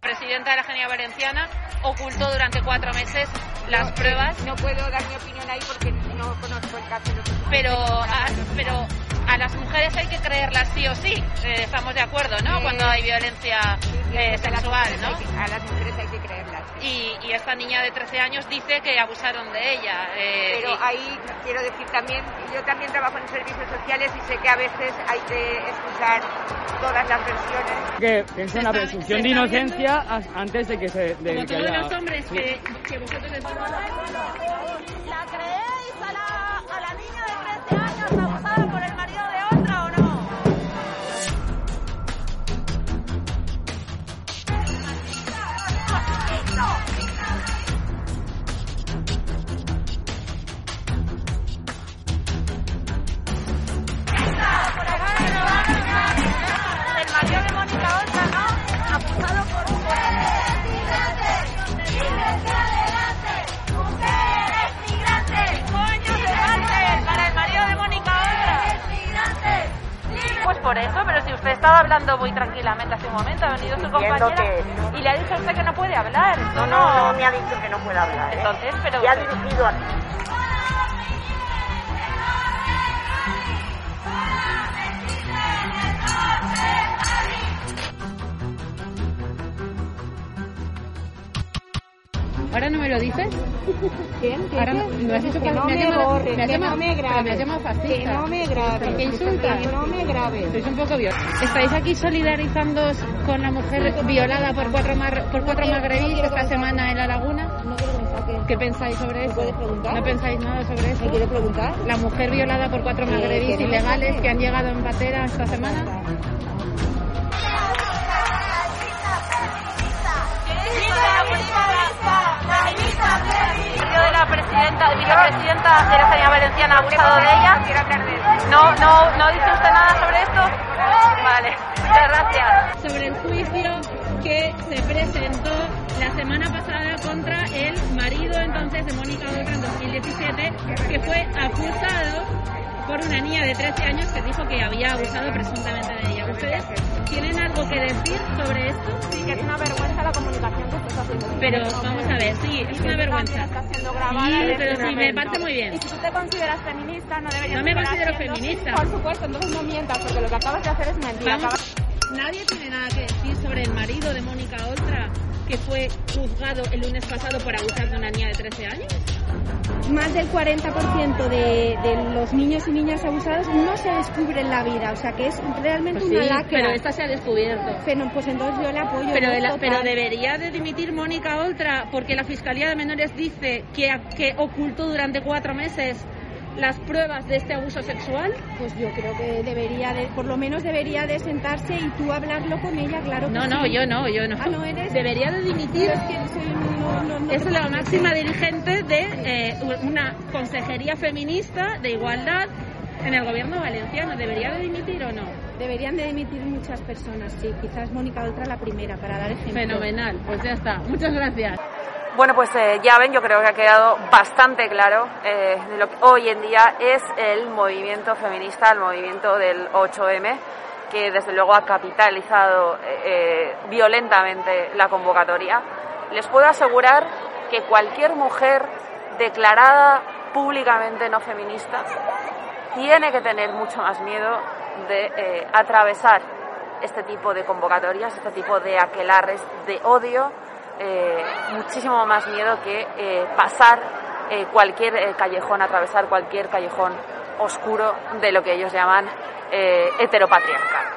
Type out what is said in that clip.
presidenta de la Generalidad Valenciana ocultó durante cuatro meses las No, pruebas, No puedo dar mi opinión ahí porque no conozco el caso. no conozco pero el caso. a, pero a las mujeres hay que creerlas sí o sí, eh, estamos de acuerdo, ¿no? Eh, Cuando hay violencia Sí, sí, eh, a las sexual, mujeres hay ¿no? Eh, que- A las mujeres hay que creerlas. Y, y esta niña de 13 años dice que abusaron de ella. eh, Pero y- ahí quiero decir también, yo también trabajo en servicios sociales y sé que a veces hay que escuchar todas las versiones. que es una está- presunción se de está inocencia as- antes de que se de como Eh, que todos haya- los hombres que, que vosotros decís, ¿La creéis a la, a la niña de 13 años abusada por el marido de otra o no? El marido de Mónica Oltra, ¿no? Abusado por mujeres migrantes. ¡Líbrete adelante! ¡Mujeres migrantes! ¡Coño migrantes! Para el marido de Mónica Oltra. migrantes! Pues por eso, pero si usted estaba hablando muy tranquilamente hace un momento, ha venido su compañera y le ha dicho a usted que no puede hablar. No, no, me ha dicho que no pueda hablar. ¿eh? Entonces, pero... Y ha dirigido a ¿Ahora no me lo dices? Ahora no, me has dicho que me has llamado- me has llamado- pero me has llamado fascista. Que no me grabes. Que insultas. no me grabes. Sois un poco violentos. Estáis aquí solidarizándoos con la mujer violada por cuatro, mar, por cuatro magrebíes esta semana en La Laguna. No ¿Qué pensáis sobre eso? ¿No pensáis nada sobre eso? preguntar? Eh, La mujer violada por cuatro magrebíes ilegales que han llegado en patera esta semana. partido de la presidenta, vicepresidenta de la Sanidad Valenciana ha abusado de ella. No, no, no dice usted nada sobre esto. Vale, muchas gracias. sobre el juicio que se presentó la semana pasada contra el marido entonces de Mónica Oltra en 2017, que fue acusado por una niña de 13 años que dijo que había abusado presuntamente de ella. ¿Ustedes tienen algo que decir sobre esto? Sí, que es una vergüenza la comunicación que estás haciendo. Pero vamos a ver, sí, es una vergüenza. Sí, pero sí, me parece muy bien. este Si tú te consideras feminista, no deberías No me estar considero haciendo- feminista. Por supuesto, entonces no mientas, porque lo que acabas de hacer es mentir. Vamos. Acabas- Nadie tiene nada que decir sobre el marido de Mónica Oltra que fue juzgado el lunes pasado por abusar de una niña de 13 años. más del 40% de, de los niños y niñas abusados no se descubren la vida, o sea que es realmente una lacra. Pues pero esta se ha descubierto. Pero, pues entonces yo le apoyo. Pero, ¿no? de la- Total. pero debería de dimitir Mónica Oltra porque la Fiscalía de Menores dice que, que ocultó durante cuatro meses las pruebas de este abuso sexual. Pues yo creo que debería, de, por lo menos debería de sentarse y tú hablarlo con ella, claro. que No, sí. no, yo no, yo no. Ah, no eres. Debería de dimitir. Yo es que soy- no, no, no Es te- la máxima dirigente de eh, una consejería feminista de igualdad en el gobierno valenciano. ¿Debería de dimitir o no? Deberían de dimitir muchas personas, sí. Quizás Mónica Oltra la primera, para dar ejemplo. Fenomenal, pues ya está. Muchas gracias. Bueno, pues eh, ya ven, yo creo que ha quedado bastante claro eh, de lo que hoy en día es el movimiento feminista, el movimiento del 8M, que desde luego ha capitalizado eh, eh, violentamente la convocatoria. Les puedo asegurar que cualquier mujer declarada públicamente no feminista tiene que tener mucho más miedo de eh, atravesar este tipo de convocatorias, este tipo de aquelarres de odio, eh, muchísimo más miedo que eh, pasar eh, cualquier eh, callejón, atravesar cualquier callejón oscuro de lo que ellos llaman eh, heteropatriarcal.